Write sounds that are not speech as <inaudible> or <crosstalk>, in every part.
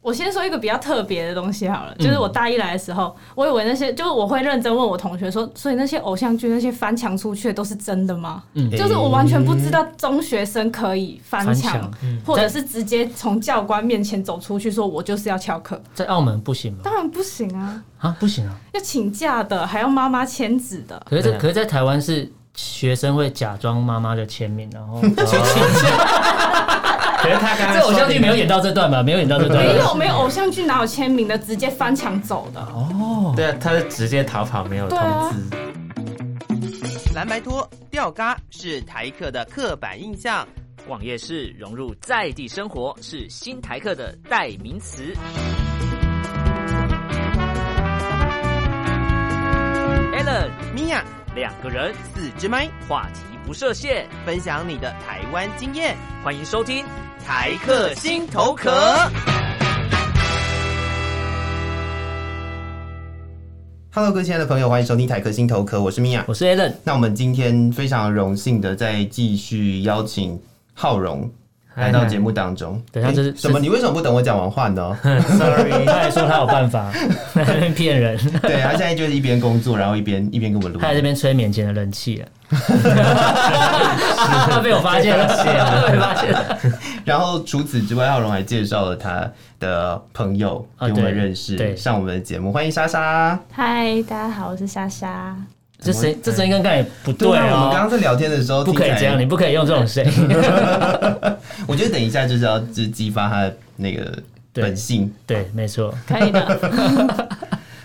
我先说一个比较特别的东西好嗯了，就是我大一来的时候，我以为那些就是我会认真问我同学说，所以那些偶像剧那些翻墙出去的都是真的吗？就是我完全不知道中学生可以翻翻墙墙，嗯或者是直接从教官面前走出去说我就是要翘课，在澳门不行吗？ <laughs> 当然不行啊，啊，不行啊！要请假的，还要妈妈签字的。可是对这啊可是在台湾是学生会假装妈妈的签名，然后 <laughs> 可是他刚刚这偶像剧没有说演到这段吧？没有演到这段，没有没有偶像剧哪有签名的，直接翻墙走的。哦你，对啊，他是直接逃跑，没有通对啊知。蓝白拖、吊嘎是台客的刻板印象。网页式融入在地生活是新台客的代名词。Allen 米娅，两个人四支麦，话题不设限，分享你的台湾经验，欢迎收听。台客心头壳。嗯 Hello，各位亲爱的朋友，欢迎收听台科心头壳，我是米娅。我是 Alan，那我们今天非常荣幸的再继续邀请浩荣来到节目当中。等一下这是诶什么？你为什么不等我讲完话呢？ <laughs> ，sorry，他还说他有办 <laughs> 法，在那边骗人，对，他现在就是一边工作，然后一边一边跟我们录他。还在那边吹免钱的人 <laughs> 气了，被我发现了， <laughs> 被发现了，然后除此之外，浩荣还介绍了他的朋友啊给我对们认识，对上我们的节目。欢迎莎莎。嗨，大家好，我是莎莎。这声这声音跟刚才不对啊，我们刚哦刚。在聊天的时候，不可以听起这来样，你。不可以用这种声音。 <laughs> 我觉得等一下就是要就是激发他的那个对本性。对，没错，可以的，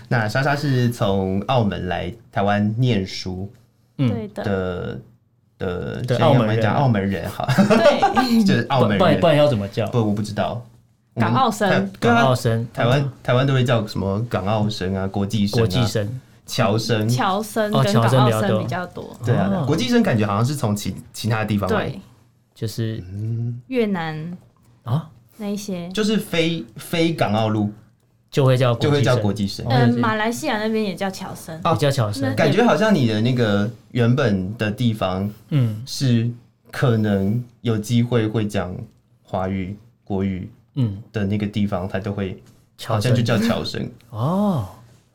那莎莎是从澳门来台湾念书嗯对的，的的，对这样澳门人啊我们讲澳门人哈，对， <laughs> 就是澳不门不然人不，然要怎么叫？不，我不知道。港澳生我们台对港澳啊，生、台湾台湾都会叫什么港澳生啊，国际生、国际、生，侨生。侨生哦跟侨港生澳比较生多比较多，对啊，对啊哦国际生感觉好像是从其其他地方来，对，就是越南啊，那一些，就是非非港澳路就会叫就会叫国哦际际生。哦嗯，对马来西亚那边也叫侨生，生，比较侨生那。感觉好像你的那个原本的地方嗯是可能有机会会讲华语、国语嗯，的那个地方，他都会好侨像生就叫侨生，哦，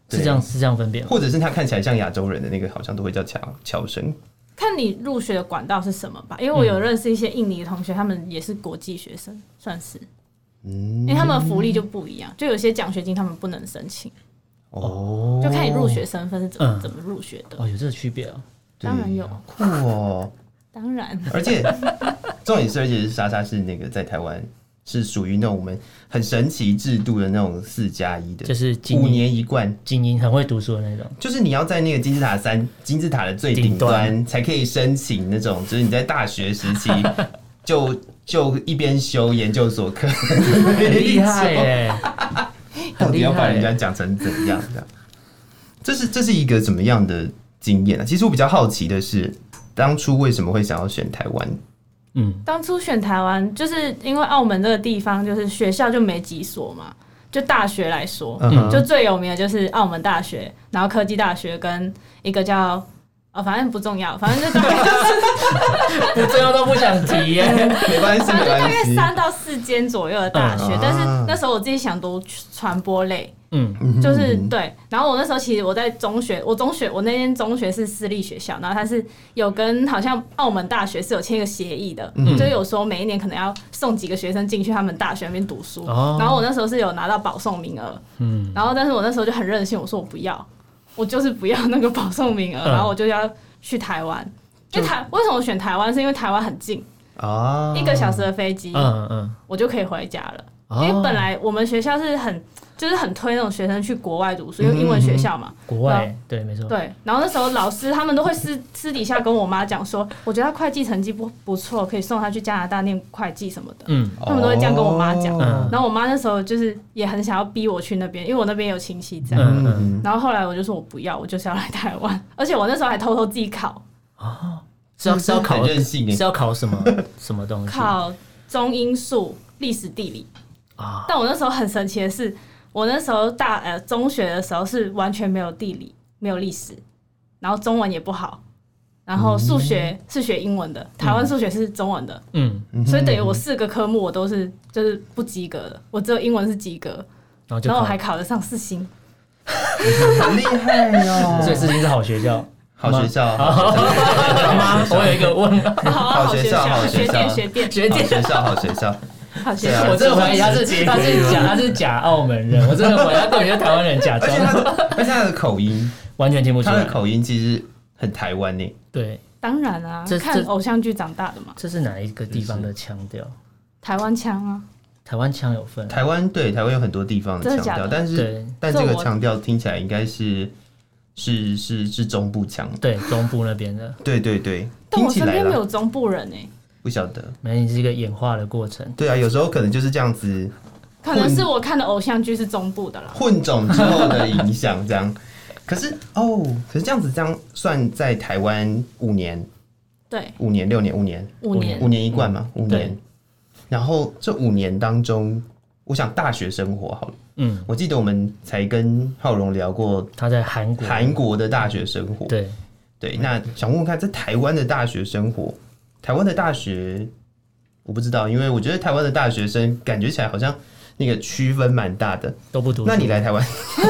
是对这样是这样分辨吗。或者是他看起来像亚洲人的那个，好像都会叫侨侨生。看你入学的管道是什么吧。因为我有认识一些印尼的同学，他们也是国际学生，算是，因为他嗯们的福利就不一样，就有些奖学金他们不能申请，哦就看你入学身份是怎么嗯怎么入学的。哦，有这个区别啊。当然有，酷哦！当然，而且 <laughs> 重点是，而且是莎莎是那个在台湾是属于那种我们很神奇制度的那种四加一的，就是精五英年一贯。精英很会读书的那 <laughs> 种，就是你要在那个金字塔三金字塔的最顶顶端端才可以申请那种，就是你在大学时 <laughs> 期就就一边修研究 <laughs> 所课，很厉害耶，到很底厉要把害人家耶。讲成怎样的？这是这是一个怎么样的经验啊？其实我比较好奇的是，当初为什么会想要选台湾？ <laughs> 嗯，当初选台湾，就是因为澳门这个地方，就是学校就没几所嘛。就大学来说，嗯哼就最有名的就是澳门大学，然后科技大学跟一个叫哦，反正不重要，反正就大概我最后都不想提 <laughs> 耶。没关系，反正就大没概关系。三到四间左右的大学。嗯但是啊那时候我自己想读传播类，嗯，嗯就是嗯对。然后我那时候其实我在中学，我中学我那间中学是私立学校，然后它是有跟好像澳门大学是有签一个协议的，嗯就是有说每一年可能要送几个学生进去他们大学那边读书。哦然后我那时候是有拿到保送名额，嗯，然后但是我那时候就很任性，我说我不要，我就是不要那个保送名额，嗯然后我就要去台湾。因为台为什么我选台湾？是因为台湾很近，啊一个小时的飞机，嗯嗯，我就可以回家了。哦因为本来我们学校是很就是很推那种学生去国外读书，因为英文学校嘛。国外对，没错。对，然后那时候老师他们都会私私底下跟我妈讲说，我觉得他会计成绩不不错，可以送他去加拿大念会计什么的。嗯他们都会这样跟我妈讲哦然后我妈那时候就是也很想要逼我去那边，因为我那边有亲戚在。嗯嗯，嗯，然后后来我就说我不要，我就是要来台湾， <laughs> 而且我那时候还偷偷自己考是要是要考很任性耶是要考什 <laughs> 么什么东西？考中英数、历史、地理。啊，但我那时候很神奇的是，我那时候大呃中学的时候是完全没有地理，没有历史，然后中文也不好，然后数学是学英文的，台湾数学是中文的，嗯，所以等于我四个科目我都是就是不及格的，我只有英文是及格，然后就然后考我还考得上四星。很厉害哦，所以四星是好学 <laughs> 校，好学校，好啊吗？我有一个问号，好啊好学校好学学校店学店学姐，好学校，好学校。 <laughs> 好学对啊校 <laughs> 我。真的怀疑他是他是假他是假澳门人，我真的怀疑他根本就是台湾人假而且他装，的，而且他的口音，完全听不出他来的。口音其实很台湾欸呢。对，当然啊这，看这偶像剧长大的嘛，这是哪一个地方的腔调？台湾腔啊，台湾腔有分，台湾对台湾有很多地方真的腔调，假的但是对但这这个我腔调听起来应该是是是是中部腔。对中部那边的，对对对，但听我起身来边没啦，有中部人哎、不晓得。没是一个演化的过程。对啊，有时候可能就是这样子可能是我看的偶像剧是中部的啦。混种之后的影响，这样。 <laughs> 可是哦，可是这样子，这样算在台湾五年、对，五年、六年、五年、五年嗯五年一贯嘛，五年对。然后这五年当中，我想大学生活好了。嗯，我记得我们才跟浩荣聊过他在韩国，韩国的大学生活。对，对，那想问问看，在台湾的大学生活，台湾的大学我不知道，因为我觉得台湾的大学生感觉起来好像那个区分蛮大的。都不读书。那你来台湾， <laughs>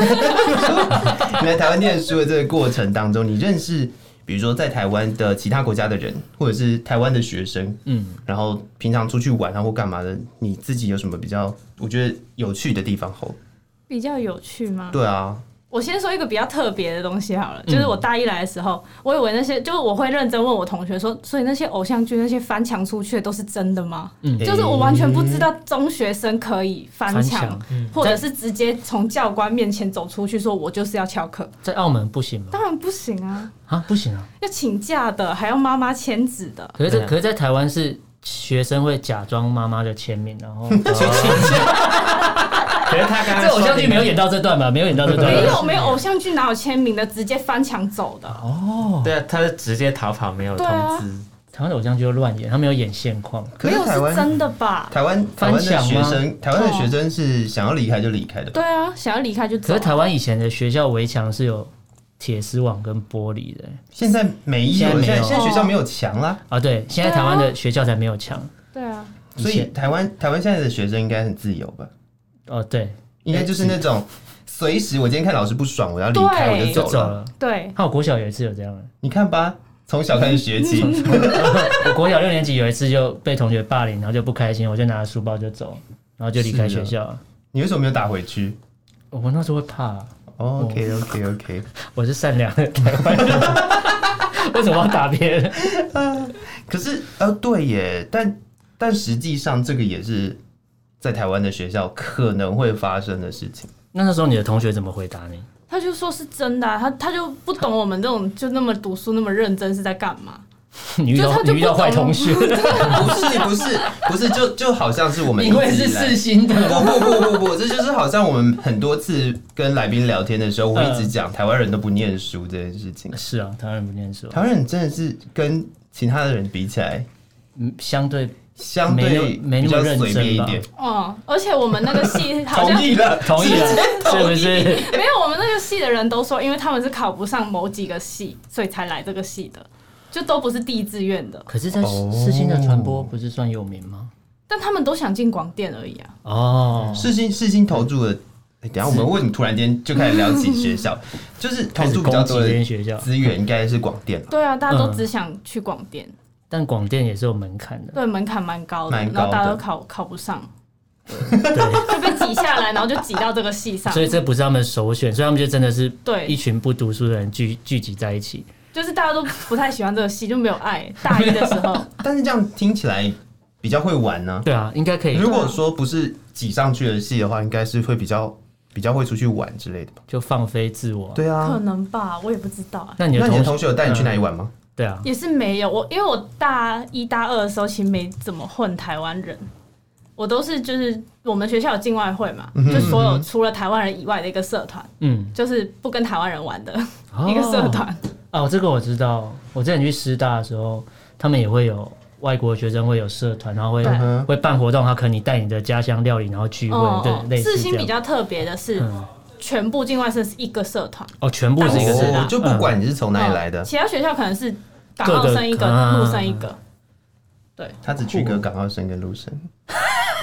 你来台湾念书的这个过程当中，你认识比如说在台湾的其他国家的人，或者是台湾的学生，嗯，然后平常出去玩啊或干嘛的，你自己有什么比较我觉得有趣的地方？后比较有趣吗？对啊，我先说一个比较特别的东西好了，就是我大一来的时候，我以为那些就是我会认真问我同学说，所以那些偶像剧那些翻墙出去的都是真的吗？嗯嗯就是我完全不知道中学生可以翻翻墙墙，或者是直接从教官面前走出去说我就是要翘课，在澳门不行吗？当然不行啊，啊，不行啊！要请假的，还要妈妈签字的。可是这对啊可是在台湾是学生会假装妈妈的签名，然后哦可是他刚刚这偶像剧没有演到这段吧？没有演到这段，没有没有偶像剧哪有签名的，直接翻墙走的。有，对啊，他是直接逃跑，没有通啊知，台湾的偶像剧都乱演，他没有演现况。可没有是是台湾真的吧？台湾台湾的翻墙学吗哦生，台湾的学生是想要离开就离开的吧，对啊，想要离开就走可啊。是台湾以前的学校围墙是有铁丝网跟玻璃的、现在没有，现在没现有在现在学校没有墙啦，啊，对，现在对啊台湾的学校才没有墙。对啊，以所以前台湾台湾现在的学生应该很自由吧？哦，对，应该就是那种随时我今天看老师不爽，我要离开我对就走走了。了。对，还有啊国小有一次有这样的，你看吧，从小开始学 <laughs> 起，我国小六年级有一次就被同学霸凌，然后就不开心，我就拿着书包就走，然后就离开是啊学校了。你为什么没有打回去我那时候会怕、啊？OK OK OK，我是善良的台湾人， <laughs> 为什么要打别人？可是呃对耶，但但实际上这个也是在台湾的学校可能会发生的事情。那那时候你的同学怎么回答你？ <laughs> 他就说是真的啊、他他就不懂我们这种就那么读书那么认真是在干嘛。你遇就到他就你遇到不懂坏 <laughs> 同学，不是不是不是，就就好像是我们因为是一直以来四星的，不不不不不，这就是好像我们很多次跟来宾聊天的时候，我一直嗯讲台湾人都不念书这件事情。 <laughs> 是啊，台湾人不念书，台湾人真的是跟其他的人比起来，嗯，相对相没那对么没比那较么认随便真一吧点。哦、而且我们那个 <laughs> 系好像了，同意了，啊 <laughs> 是不是？没有，我们那个系的人都说，因为他们是考不上某几个系，所以才来这个系的，就都不是第一志愿的。可是，在哦四星的传播不是算有名吗？但他们都想进广电而已啊。哦，世新世新投注的，哎等一下我们为什么突然间就开始聊起学校？就是投开始注比攻较击多这的间学校，资源应该是广电吧对啊，大家都嗯只想去广电，但广电也是有门槛 <laughs> 的，对门槛蛮高的，蛮高的然后大家都考考不上，对，就被挤下来，然后就挤到这个系上。啊所以这不是他们首选，所以他们就真的是对一群不读书的人聚聚集在一起，就是大家都不太喜欢这个系，就没有爱。大一的时候，但是这样听起来比较会玩呢、对啊，应该可以，如果说不是挤上去的戏的话，应该是会比较比较会出去玩之类的吧？就放飞自我。对可啊，能吧，我也不知道啊。那你那的你的同嗯同学有带你去哪里玩吗？对啊，也是没有我，因为我大一大二的时候其实没怎么混台湾人，我都是就是我们学校有境外会嘛，就所有除了台湾人以外的一个社团，嗯，就是不跟台湾人玩的一个社团。哦，这个我知道。我之前去师大的时候，他们也会有外国学生会有社团，然后会对嗯会办活动，他可能你带你的家乡料理，然后聚会，对，类哦四似这星样。比较特别的是，嗯全部境外生是一个社团，哦，全部当是一个时社啊团，就不管你是从哪里来的嗯，其他学校可能是港澳生一个，各个啊陆生一个，他只去个港澳生跟陆生，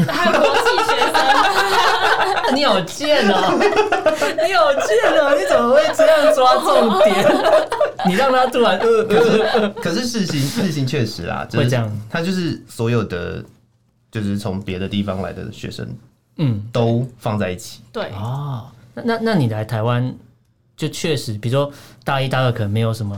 还有国际学 <laughs> 生，啊你有贱 <laughs> 哦！你有贱哦！你怎么会这样抓重点？ <laughs> 你让他突然呃呃，可是 <laughs> 事情事情确实啊，就是会这样他就是所有的就是从别的地方来的学生嗯都放在一起，对哦，那那那你来台湾就确实，比如说大一大二可能没有什么，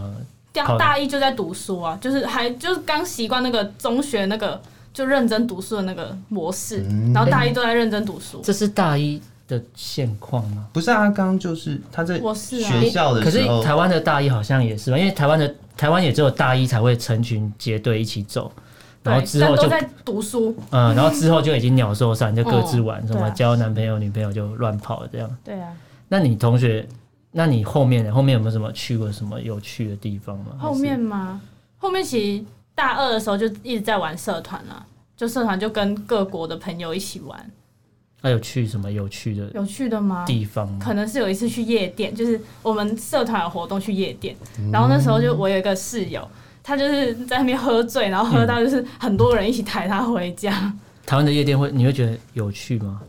大好大一就在读书啊，就是还就是刚习惯那个中学那个就认真读书的那个模式，然后大一都在认真读书。嗯这是大一的现况吗？不是啊？刚刚就是他在我是啊学校的可是时候，台湾的大一好像也是吧，因为台湾的台湾也只有大一才会成群结队一起走，然后对，之但后都就在读书，嗯，然后之后就已经鸟兽散，就各自玩，哦什对么啊交男朋友女朋友就乱跑这样。对啊。那你同学，那你后面呢？后面有没有什么去过什么有趣的地方吗？后面吗？后面其实大二的时候就一直在玩社团了、就社团就跟各国的朋友一起玩，还是还啊有去什么有趣的有趣的吗？地方吗？可能是有一次去夜店，就是我们社团有活动去夜店，然后那时候就我有一个室友，他就是在那边喝醉，然后喝到就是很多人一起抬他回家，台湾的夜店会，你会觉得有趣吗？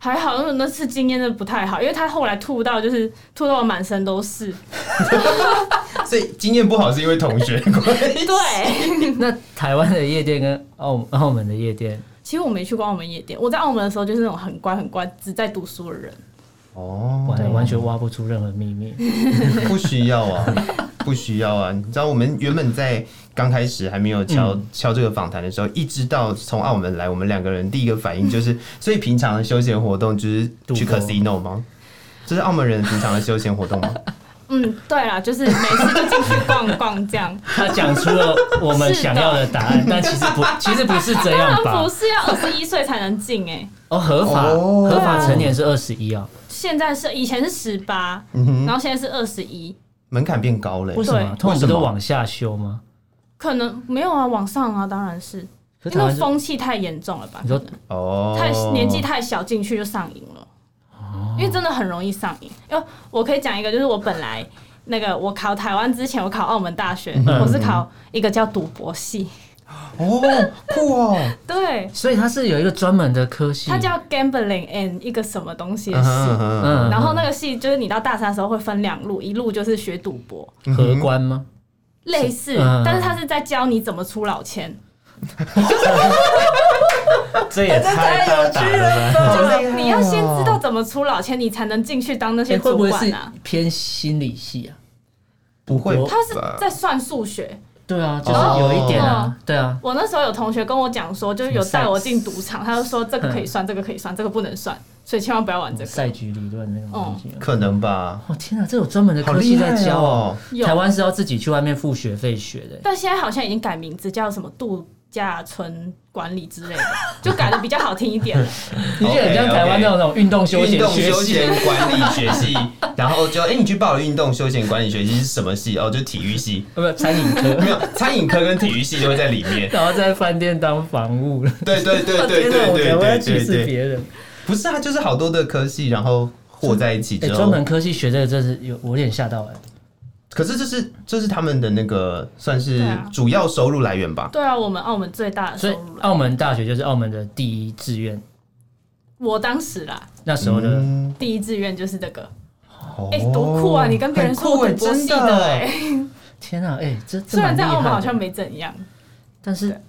还好，因为那次经验真的不太好，因为他后来吐到就是吐到我满身都是，所以经验不好是因为同学关 <laughs> 系。对。那台湾的夜店跟澳澳门的夜店，其实我没去过澳门夜店，我在澳门的时候就是那种很乖很乖，只在读书的人。哦，完完全挖不出任何秘密。啊 <laughs> 不需要啊，不需要啊。你知道我们原本在刚开始还没有敲、嗯敲这个访谈的时候，一知道从澳门来，我们两个人第一个反 <laughs> 应就是，所以平常的休闲活动就是赌去博，casino 吗？这是澳门人平常的休闲 <laughs> 活动吗？嗯，对啦，就是每次就进去逛逛这样他讲出了我们想要的 <laughs> 答案，但其实不，其实不是这当样然吧不？是要二十一岁才能进哎、哦，合法，哦合法成年是二十一啊？现在是以前是十八、嗯然后现在是二十一，门槛变高了、为什么？对通常为什不么都往下修吗？可能没有啊，往上啊，当然是可是因台为湾是风气太严重了吧？你说可能哦，太年纪太小进去就上瘾了，因为真的很容易上瘾。因为我可以讲一个，就是我本来。那个我考台湾之前，我考澳门大学，嗯我是考一个叫赌博系，哦，酷哦，对，所以它是有一个专门的科系，它叫 gambling and 一个什么东西的嗯系，哼嗯嗯然后那个系就是你到大三的时候会分两路，一路就是学赌博，嗯荷官吗？类似，嗯但是他是在教你怎么出老千，嗯这哎也太大胆了吧！就是你要哦先知道怎么出老千，你才能进去当那哎些会主不会是管啊。偏心理系啊？不会吧，他是在算数学，对哦啊，就是有一点啊，对啊，我那时候有同学跟我讲说，就是有带我进赌场，他就说这个可以算，这个可以算，这个不能算，所以千万不要玩这个。赛局理论那种东西啊。可能吧，哦天啊，这有专门的好科系厉害在教哦。。哦有台湾是要自己去外面付学费学的，但现在好像已经改名字叫什么度假村管理之类的， <laughs> 就改的比较好听一点了。你就很像 OK，OK 台湾那种运动休运闲动学休习。闲管理学 <laughs> 系，然后就哎、你去报了运动休闲管理学系是什么系？哦，就体育系。呃，不，餐饮 <laughs> 科，没有，餐饮科跟体育系就会在里面。然后在饭店当房务了。 <laughs> 对对对对天啊对我对我要对歧对视对，别人。不是啊，就是好多的科系，然后和在一起哎，之专后，门科系学这个，真是有我有点吓到哎。可是这是这是他们的那个算是对啊主要收入来源吧？对啊，我们澳门最大的收所以入了。澳门大学就是澳门的第一志愿，我当时啦，那时候的嗯，第一志愿就是这个。哦哎、多酷啊！你跟别人说我很赌酷哎博系真的哎、天啊，哎，这这虽蛮然厉在澳门好害像的。没怎样，但是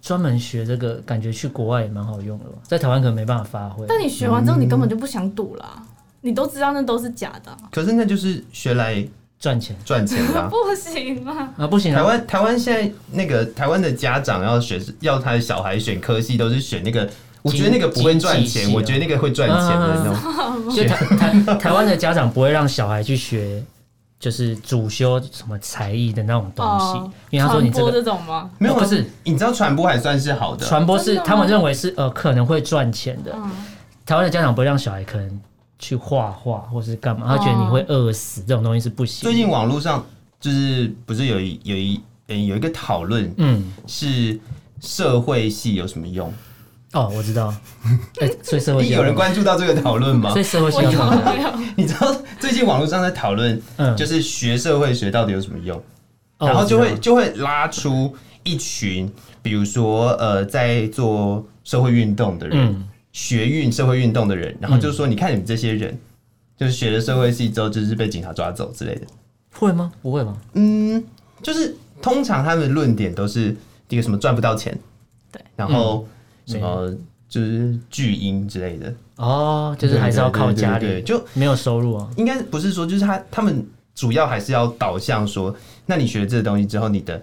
专门学这个，感觉去国外也蛮好用的吧，在台湾可能没办法发挥。但你学完之后，你根本就不想赌啦、你都知道那都是假的啊， <laughs> 可是那就是学来赚钱赚钱的啊、不行啊！啊，不行啊，台湾台湾现在那个台湾的家长要选要他的小孩选科系，都是选那个，我觉得那个不会赚经济钱，系啊嗯我觉得那个会赚钱的那种。就台台台湾的家长不会让小孩去学，就是主修什么才艺的那种东西，哦因为他说你这传播个这种吗？没有啊，不哦是你知道传播还算是好的，传播是真的吗他们认为是呃可能会赚钱的。嗯，台湾的家长不会让小孩可能去画画或是干哦嘛，他觉得你会饿死，这种东西是不行的。最近网络上就是不是有一有一嗯有一个讨论嗯是社会系有什么用？哦，我知 <laughs> 道，哎所以社会你系有人关注到这个讨论吗 <laughs> 所以？社会系我有要干嘛我有，你知道最近网络上在讨论，嗯就是学社会学到底有什么用？哦然后就我知会道就会拉出一群，比如说呃，在做社会运动的人，嗯学运社会运动的人，然后就说你看你们这些人，嗯就是学了社会系之后，就是被警察抓走之类的。会吗？不会吗？嗯，就是通常他们的论点都是第一个什么赚不到钱，对，然后嗯什么就是巨婴之类的，哦，就是还是要靠家对对对对里，就没有收入啊。应该不是说，就是他他们主要还是要导向说，那你学了这个东西之后，你的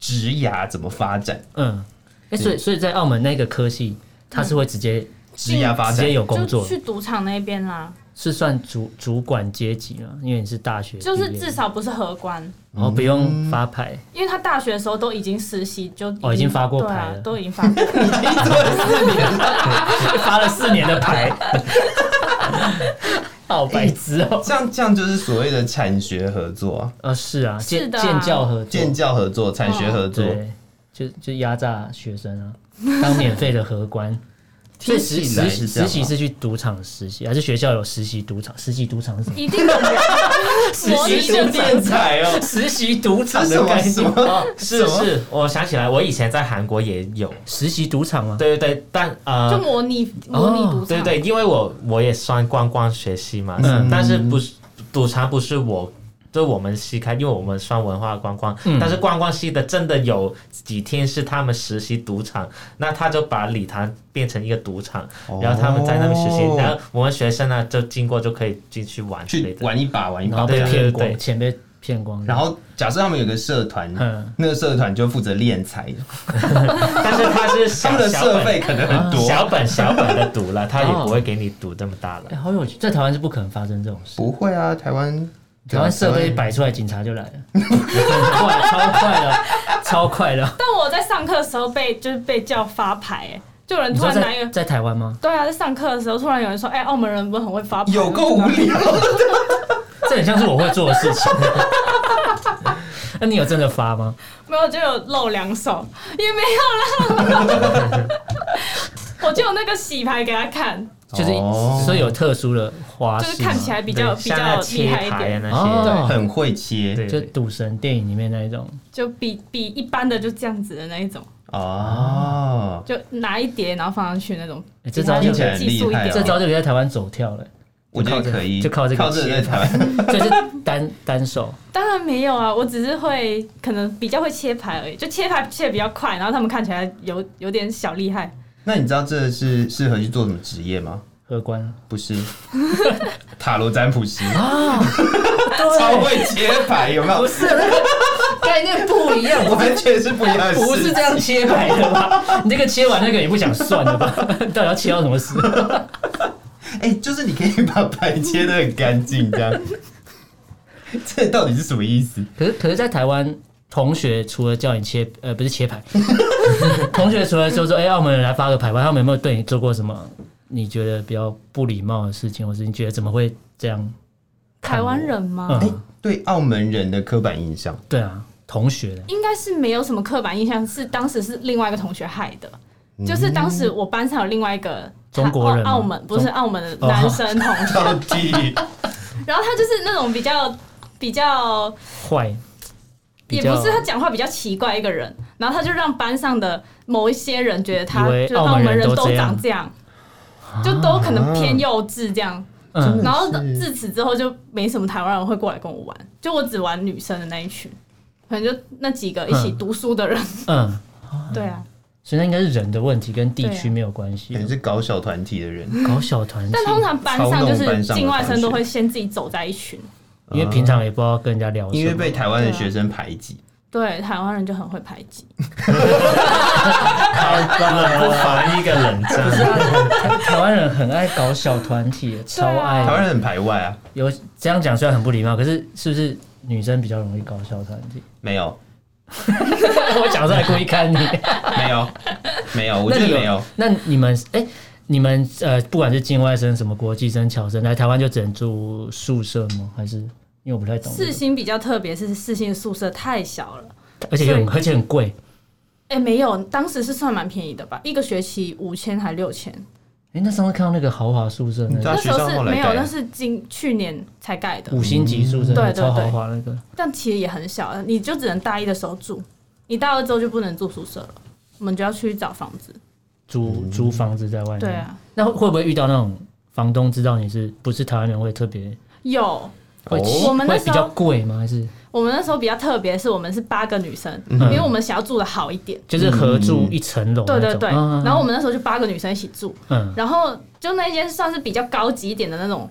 职涯怎么发展？嗯，哎，所以所以在澳门那个科系，他是会直接职涯嗯发直展接有工就作，去赌场那边啦，是算主主管阶级了，因为你是大学毕业，就是至少不是荷官，然后不嗯用发牌，因为他大学的时候都已经实习，就哦已经发过对牌啊了，都已经发 <laughs> 过。发了四年的牌，好白痴哦。这样这样就是所谓的产学合作、啊，呃，是啊，是建的啊建教合作，建教合作、产学合作。对，就就压榨学生啊，当免费的荷官。所以实听起来实是习这样实习吧是去赌场实习，还是学校有实习赌场？实习赌场是什么？一定有模拟实的习电才哦，实习赌场这的是概什么念什么哦，是什么是，我想起来，我以前在韩国也有，实习赌场吗？对对对，但呃，就模拟模拟哦赌场，对对，因为我我也算观光学系嘛，嗯但是不是赌场不是我。就我们系开，因为我们算文化观光，嗯但是观光系的真的有几天是他们实习赌场，那他就把礼堂变成一个赌场，然后他们在那边实习，哦然后我们学生呢就经过就可以进去玩之去类的。玩一把，玩一然把后。被对对骗对光，对钱被骗光，然后假设他们有个社团，嗯那个社团就负责敛财，但是他是 <laughs> 小他们的小社本费可能很多，小本小本的 <laughs> 赌了，他也哦不会给你赌这么大了哦哎，。好有趣，在台湾是不可能发生这种事。不会啊，台湾台湾设备一摆出来，警察就来了， <laughs> 很快，超快的，超快的。 <laughs> 但我在上课的时候被就是被叫发牌、哎，就有人哦你突说然拿一在个，在台湾吗？对啊，在上课的时候突然有人说，哎、澳门人不是很会发牌吗，有够无聊。这很像是我会做的事情。 <laughs> 那你有真的发吗？没有，就有露两手，也没有 <laughs> 啦。我就有那个洗牌给他看，就是哦所以有特殊的花式就吗，是看起来比比较比较厉切害一牌啊点，那哦些，很会切，对就对对。赌神电影里面那一种，就比比一般的就这样子的那一种，哦，就拿一叠然后放上去那种，哎这招就比他有技术一听起来很厉害点啊。这招就可以在台湾走跳了， <laughs> 我觉就靠得这个可以，就靠这个靠这个切在台湾。就是单单手当然没有啊，我只是会可能比较会切牌而已，就切牌切的比较快，然后他们看起来有有点小厉害，那你知道这是适合去做什么职业吗？荷官，不 <laughs> 是，塔罗占卜师，超对，会切牌，有没有不？是那个 <laughs> 概念不一样，完全 <laughs> 是不一样的事，不是这样切牌的吧？你这个切完那个也不想算了吧？ <laughs> 到底要切到什么时候？哎、就是你可以把牌切的很干净，这样。 <laughs> 这到底是什么意思？可是可是在台湾，同学除了叫你切呃不是切牌， <laughs> 同学除了就说哎、澳门人来发个牌吧，他们有没有对你做过什么你觉得比较不礼貌的事情，或是你觉得怎么会这样？台湾人吗？嗯，哎对澳门人的刻板印象，对啊，同学的应该是没有什么刻板印象，是当时是另外一个同学害的。就是当时我班上有另外一个他嗯哦中国人吗澳澳门不是中哦澳门的男生同学， <laughs> 到底然后他就是那种比较比较，坏，比也较不是他讲话比较奇怪一个人，然后他就让班上的某一些人觉得他以为就是澳门人澳门人都这样长这样，就都可能偏幼稚这样。嗯，然后自此之后就没什么台湾人会过来跟我玩，就我只玩女生的那一群，可能就那几个一起嗯读书的人。嗯， <laughs> 对啊，所以那应该是人的问题，跟地区对啊没有关系可。能是搞小团体的人，搞小团体，但通常班操上弄就是班上的境外生都同学会先自己走在一群，因为平常也不知道跟人家聊什么，因为被台湾的学生排挤，对台湾人就很会排挤。不妨一个冷战。啊台台湾人很爱搞小团 <laughs> 体，超爱。台湾人很排外啊。有这样讲虽然很不礼貌，可是是不是女生比较容易搞小团体？ <laughs> 没有，我讲出来故意看你，没有，没有，我那觉得你没有。。那你们哎、你们呃，不管是境外生、什么国际生、侨生，来台湾就只能住宿舍吗？还是因为我不太懂这个，四星比较特别，是四星的宿舍太小了。而且又很而且很贵，哎、没有，当时是算蛮便宜的吧，一个学期五千还六千，哎，那上次看到那个豪华宿舍，那对个啊那时候学校是后来没有盖，啊那是今去年才盖的，五星级宿舍，嗯对对超豪华那个。但其实也很小，你就只能大一的时候住，你大二之后就不能住宿舍了，我们就要去找房嗯子。租嗯租房子在外面。对啊，那会会不会遇到那种房东知道你是不是台湾人，会特别有，会哦我们那会时候比较贵吗？还是我们那时候比较特别，是我们是八个女生，嗯因为我们想要住的好一点。就是合住一层楼那对种？对对，嗯然后我们那时候就八个女生一起住，嗯，然后就那间算是比较高级一点的那种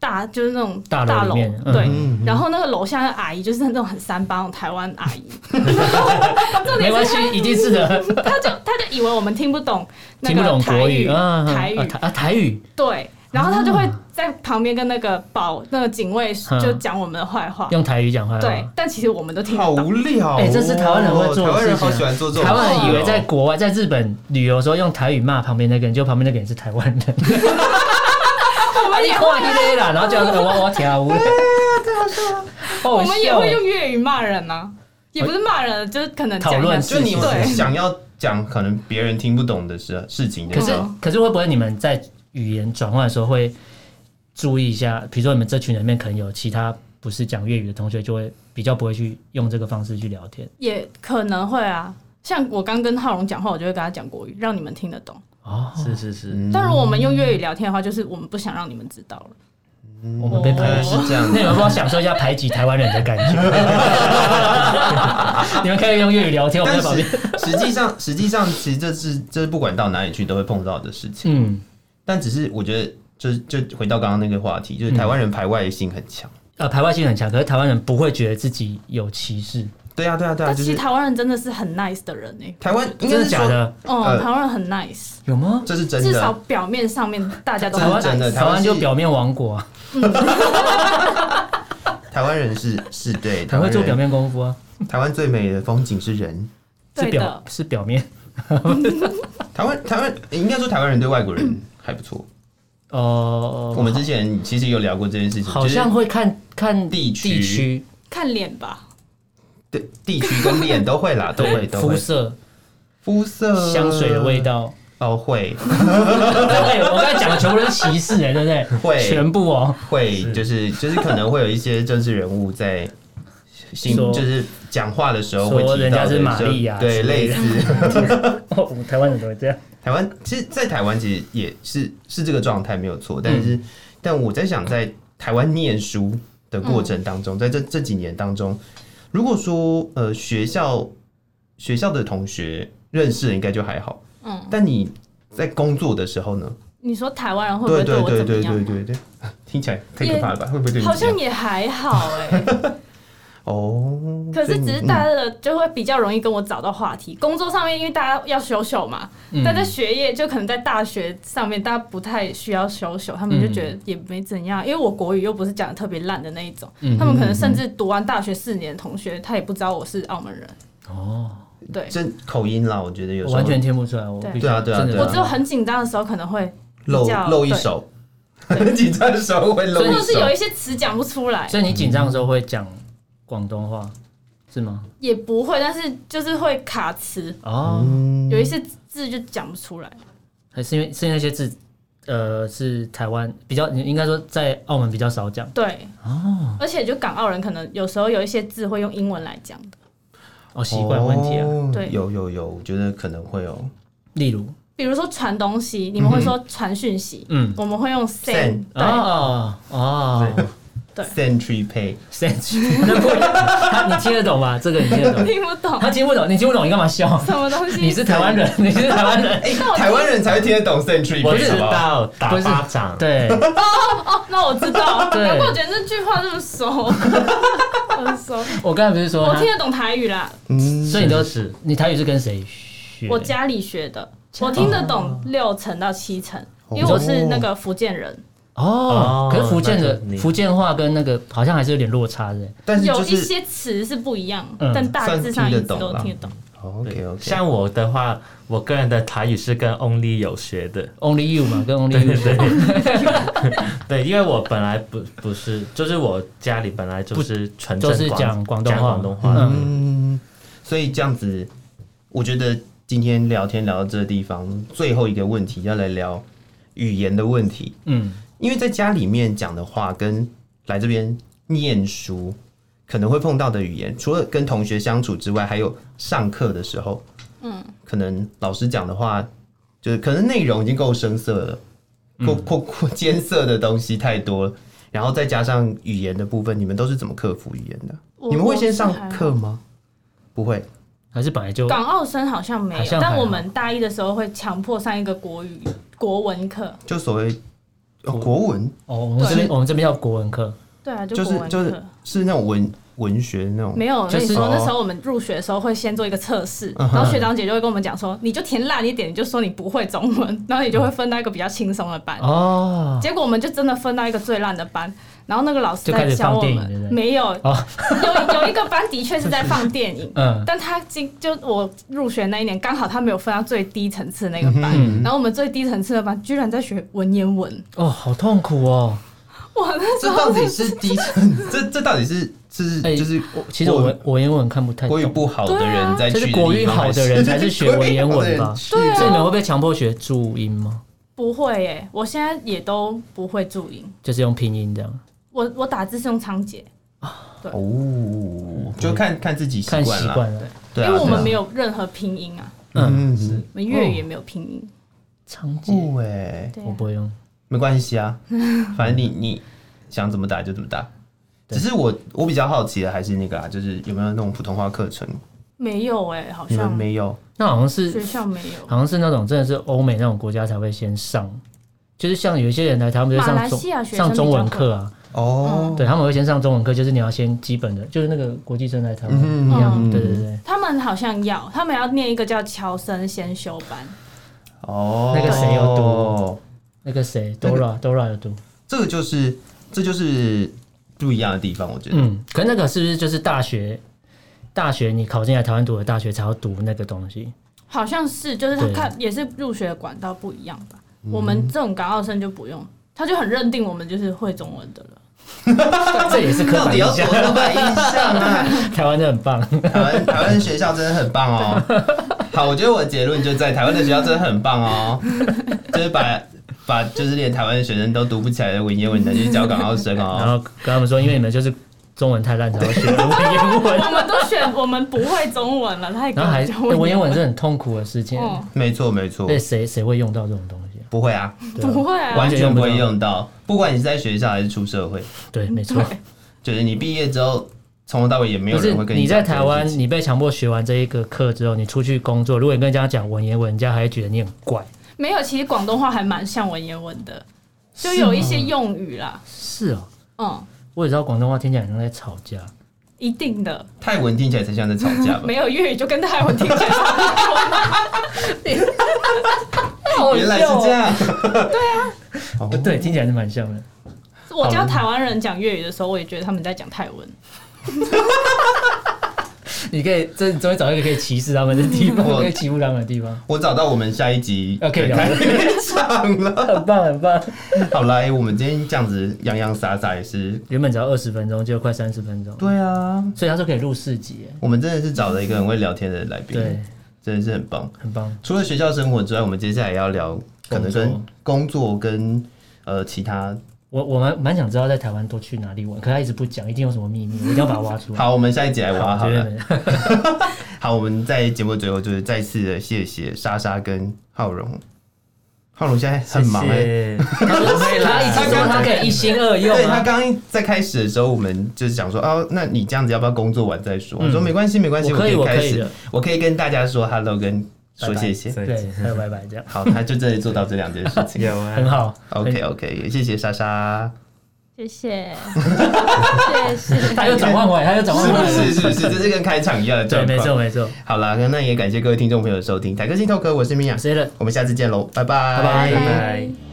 大，就是那种大楼大里楼面嗯对嗯。然后那个楼下的阿姨就是那种很三八那种台湾阿姨，重没点关是系，一 <laughs> 定是的，她就她就以为我们听不懂那听不个懂台国语，啊，台语啊台啊台语，对。然后她就会在旁边跟那个保那个警卫嗯就讲我们的坏话，用啊台语讲话。对，，但其实我们都听好不无懂。聊哦。哎这是台湾人会做的台湾事情人好啊喜欢做这种事台哦。湾人以为在国外，在日本旅游的时候用台语骂旁边那个人，就旁边那个人是台湾人。 <laughs> 我哎们也会嘞啦，然后就呃我我跳舞，我我们也会用粤语骂人啊，也不是骂人，就是可能讨讲一论下就你对们想要讲可能别人听不懂的事事情的可时是候，可是会不会你们在语言转换的时候会注意一下？比如说你们这群人里面可能有其他不是讲粤语的同学，就会比较不会去用这个方式去聊天。也可能会啊。像我刚跟浩荣讲话，我就会跟他讲国语，让你们听得懂。哦，是是是，嗯但如果我们用粤语聊天的话，就是我们不想让你们知道了。我们被原排来挤。哎哦是这样那。你们帮我享受一下排挤台湾人的感觉。 <laughs> 你们可以用粤语聊天，我们但在旁实边。实际上， <laughs> 实际上，其实这是这是不管到哪里去都会碰到的事情。嗯但只是我觉得，就是就回到刚刚那个话题，就是台湾人排外性很强。呃，排外性很强，可是台湾人不会觉得自己有歧视，对啊，对啊，对但啊，就其实是台湾人真的是很 nice 的人呢、台湾应真该的是假说，的？哦、呃台湾人很 nice，有吗？这是真至少的。表面上面大家都呃台很湾真的 nice。台湾就表面王国啊，台湾人是是对，台很湾会做表人，面功夫啊，台湾最美的风景是人。是对表的，是表面。台湾台湾应该说台湾人对外国人还不错。哦，我们之前其实有聊过这件事情，好像就是会看看地区地区看脸吧。对地区跟脸都会啦，都会呃都肤会色、肤色、香水的味道。 <laughs> 哦，会对，我刚才讲的全部都是歧视，哎，对不对？会全部 <laughs> 哦，会就是就是可能会有一些政治人 <laughs> 物在信说就是讲话的时候会提说到人家是的玛就利亚之对，类类的似 <laughs> 我们台湾人都会这样。台湾，其实，在台湾其实也是是这个状态没有错，但是、嗯但我在想，在台湾念书的过程当嗯中，在这这几年当中，如果说呃学校学校的同学认识了应该就还好，嗯，但你在工作的时候呢？你说台湾人会不对会对对我对怎么对样？对对对，听起来太可怕了吧？会不会对你好怎样像也还好哎、哦？可所以是你只是大家的就会比较容易跟我找到话题。工作上面，因为大家要休休嘛，嗯但在学业就可能在大学上面，大家不太需要休休，他们就觉得也没怎样。因为我国语又不是讲的特别烂的那一种，嗯他们可能甚至读完大学四年的同学，他也不知道我是澳门人。哦，对，这口音啦，我觉得有我时候完全听不出来，我必须对啊对啊真的对我啊只有很紧张的时候可能会比露较露一，对手， <laughs> 很紧张的时候会露或一者是有手一。些词讲不出来，所以你紧张的时候会讲广东话是吗？也不会，但是就是会卡词，哦，有一些字就讲不出来。还是因为是因为那些字，呃，是台湾比较，你应该说在澳门比较少讲对，而且就港澳人可能有时候有一些字会用英文来讲的，哦，习惯问题啊。哦对有有有，我觉得可能会哦有例如，比如说传东西，你们会说传讯息，嗯，我们会用 send， Send 对、哦哦对 Century Pay， ，sense，那不他你听得懂吧？这个你听得懂？听不懂他听不懂，你听不懂，你干嘛笑？什么东西。你是台湾人，你是台湾人，哎，哦台湾人才会听得懂 Century <laughs> 我 Pay，知好不好？道打不是巴掌，对，哦，那我知道， <laughs> 对难怪我觉得这句话这么熟， <laughs> 很熟。我刚才不是说我他听，得懂台语啦，嗯所以你都是是你台语是跟谁学？我家里学的，哦我听得懂六成到七成，因为我是那个福建人，哦哦，可是福建的那就你福建话跟那个好像还是有点落差的。但是有就一是些词是不一样，嗯但大致上一直都算听听得懂。 OK OK，像我的话，我个人的台语是跟 Only 有学的， Only you 嘛， <laughs> 跟 Only 对 you 对学对，对，因为我本来不不是，就是我家里本来就是纯正就是广讲广东讲话广东话，嗯嗯，所以这样子，我觉得今天聊天聊到这个地方，最后一个问题要来聊语言的问题，嗯，因为在家里面讲的话跟来这边念书可能会碰到的语言，除了跟同学相处之外，还有上课的时候，嗯，可能老师讲的话就是可能内容已经够生涩了，够够够艰涩的东西太多了，然后再加上语言的部分，你们都是怎么克服语言的？我你们会先我是还上好课吗？不会，还是本来就港澳生好像没好有，像还好但我们大一的时候会强迫上一个国语国文课。就所谓、呃国文，哦，我们这边我们这边叫国文课，对啊，就国是文课。就是是那种文文学那种没有，我跟就你是说，那哦时候我们入学的时候会先做一个测试，嗯然哼后学长姐就会跟我们讲说，你就填烂一点，你就说你不会中文，然后你就会分到一个比较轻松的班。哦，结果我们就真的分到一个最烂的班，然后那个老师就开在始教放我电影们对不，对没有，哦，有有一个班的确是在放电影 <laughs> 嗯但他今就我入学那一年，刚好他没有分到最低层次那个班，嗯然后我们最低层次的班居然在学文言文，哦，好痛苦哦。哇，那时这候到底是低层？ <laughs> 这这到底是是哎就是我其实我文我英文看不太国语懂，不好的人在去就是的地国语方好的人才是学文 <laughs> 言文吧？啊对啊所以你们会被强迫学注音吗？不会耶、我现在也都不会注音，就是用拼音这样，我我打字是用仓颉。哦，就看看自己习看惯习了。惯了。对啊，因为我对啊们没，有任何拼音啊，嗯，嗯，是我们粤语也没有拼音。长颈不哎，对我啊，不会用，没关系啊，反正你你想怎么打就怎么打。只是我我比较好奇的还是那个啊，就是有没有那种普通话课程？没有哎、好你们像没有？那好像是学校没有。好像是那种真的是欧美那种国家才会先上，就是像有一些人来台，他们就马来上西亚中学生上中文课啊，哦，对他们会先上中文课，就是你要先基本的，就是那个国际生来台湾嗯一样，嗯对对对，他们好像要，他们要念一个叫乔生先修班，哦，那个谁有读？那个谁 Dora Dora 有读，这个就是这就是不一样的地方，我觉得。嗯，可那个是不是就是大学？大学你考进来台湾读的大学才要读那个东西，好像是就是他对看也是入学管道不一样吧。嗯我们这种港澳生就不用，他就很认定我们就是会中文的了。 <laughs> 这也是刻到板底印要多象。刻板印象啊？ <laughs> 台湾就很棒，台湾台湾学校真的很棒嗯哦。好，我觉得我的结论就在台湾的学校真的很 <laughs> 棒哦，就是把把就是连台湾的学生都读不起来的文言文能去教港澳生 <laughs> 然后哦。跟他们说，因为你们就是中文太烂，才要学文 <laughs> 言文。我们都选我们不会中文了，他也然后还跟我们欸文言文是很痛苦的事情，哦，没错没错对，谁谁会用到这种东西啊？不会啊，对不啊，会啊，完全不会用到，不管你是在学校还是出社会，对，没错，就是你毕业之后从头到尾也没不有是人会跟你讲在这件台湾事，情你被强迫学完这一个课之后，你出去工作，如果你跟人家讲文言文，人家还会觉得你很怪。没有。其实广东话还蛮像文言文的，就有一些用语啦，是哦，嗯，我也知道广东话听起来很像在吵架，一定的。泰文听起来才像在吵嗯架吧？没有粤语就跟泰文听起来 <laughs> <laughs> 差不多。 <laughs> 原来是这样，哦不对，听起来是蛮像的。我教台湾人讲粤语的时候，我也觉得他们在讲泰文。你可以，这你终于找到一个可以歧视他们的地 <laughs> 方，我可以欺负他们的地方，我找到我们下一 <laughs> 集啊可以聊开场了。很棒很棒。 <laughs> 好来，我们今天这样子洋洋洒洒也是，原本只要二十分钟，就快三十分钟，对啊，所以他说可以录四集耶，我们真的是找了一个很会聊天的来宾，对，真的是很棒。很棒。除了学校生活之外，我们接下来要聊可能跟工作跟呃其他。我我蛮蛮想知道在台湾都去哪里玩，可他一直不讲，一定有什么秘密，我一定要把它挖出来。好，我们下一集来挖好绝对了。没有好，我们在节目最后就是再次的谢谢莎莎跟浩荣。浩荣现在很忙哎、谢谢。不会啦他一直说他可以一心二用对他啊。刚刚在开始的时候，我们就是想说，哦，那你这样子要不要工作完再说？嗯我说没关系，没关系，我可以以开我可以始的，我可以跟大家说 hello，跟说拜拜谢谢。对，还有拜拜这样，好，他就真的做到这两件事 <laughs> 情。有啊很，好。 OK OK，也谢谢莎莎。谢 <laughs> 谢，谢谢。他又转换回哎来，他又转换是回来。是是是，这是跟开场一样的哦对，状没错况。没错。好啦，那也感谢各位听众朋友的收听《台科技透科》，我是米娅，谁了？我们下次见喽，拜拜拜拜拜拜。